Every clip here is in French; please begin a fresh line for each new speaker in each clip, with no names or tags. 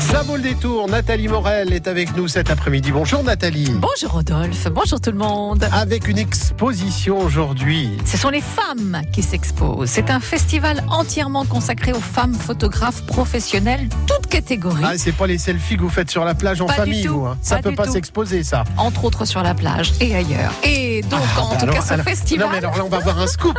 Ça vaut le détour. Nathalie Morel est avec nous cet après-midi. Bonjour Nathalie.
Bonjour Rodolphe, bonjour tout le monde.
Avec une exposition aujourd'hui.
Ce sont les femmes qui s'exposent. C'est un festival entièrement consacré aux femmes photographes professionnelles, toutes catégories.
Ah, c'est pas les selfies que vous faites sur la plage en
Pas du
famille,
tout.
vous, hein. Ça
Pas
peut
du
pas
tout.
s'exposer, ça.
Entre autres sur la plage et ailleurs. Et donc, en
bah
tout
alors,
cas, ce
alors-
festival,
Non, mais alors là, on va avoir un scoop.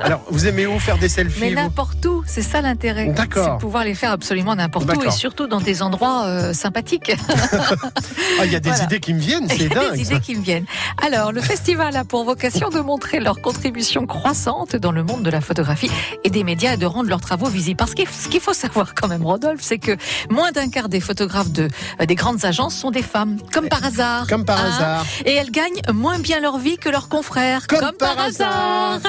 Alors, vous aimez où faire des selfies
mais
vous
n'importe où, c'est ça l'intérêt.
D'accord.
C'est de pouvoir les faire absolument n'importe où et
D'accord.
surtout dans des endroits euh, sympathiques.
Ah, Il y a des
Voilà.
idées qui me viennent,
Il y
c'est
a
dingue.
des
ça.
idées qui me viennent. Alors, le festival a pour vocation de montrer leur contribution croissante dans le monde de la photographie et des médias et de rendre leurs travaux visibles. Parce que ce qu'il faut savoir quand même, Rodolphe, c'est que moins d'un quart des photographes de, euh, des grandes agences sont des femmes, comme par hasard.
Comme par
Hein
hasard.
Et elles gagnent moins bien leur vie que leurs confrères,
Comme
comme,
par
par, hasard.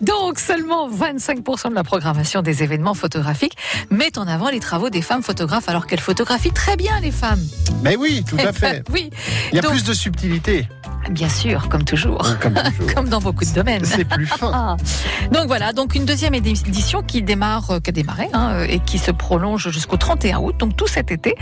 Donc, seulement 25% de la programmation des événements photographiques met en avant les travaux des femmes photographes, alors qu'elles photographient très bien les femmes. Eh ben,
Mais oui, tout à fait.
oui,
Il y a
Donc- Oh,
plus de subtilité.
bien sûr, comme toujours.
Comme toujours.
Comme dans beaucoup de domaines.
C'est plus fin.
Ah. Donc voilà, donc une deuxième édition qui démarre, euh, qui a démarré hein, euh, et qui se prolonge jusqu'au 31 août, donc tout cet été.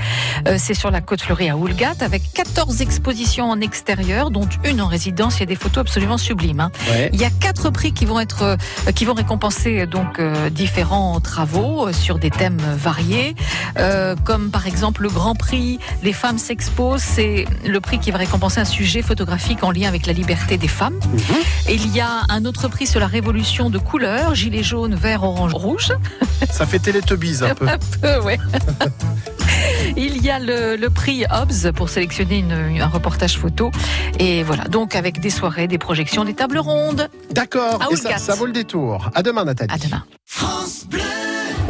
Euh, c'est sur la côte fleurie à Oulgat avec 14 expositions en extérieur, dont une en résidence. Il y a des photos absolument sublimes. hein.
Ouais.
Il y a quatre prix qui vont être, euh, qui vont récompenser euh, donc euh, différents travaux euh, sur des thèmes variés, euh, comme par exemple le Grand Prix Les femmes s'exposent. C'est le prix qui va récompenser un sujet photographique en lien avec la liberté des femmes.
Mhm.
Et il y a un autre prix sur la révolution de couleurs, gilet jaune, vert, orange, rouge.
Ça fait Télétobies un peu.
Euh, ouais. Il y a le, le prix Hobbs pour sélectionner une- un reportage photo. Et voilà, donc avec des soirées, des projections, des tables rondes.
D'accord.
Ah,
Et
Oulgat.
ça, ça vaut le détour. À demain, Nathalie.
À demain.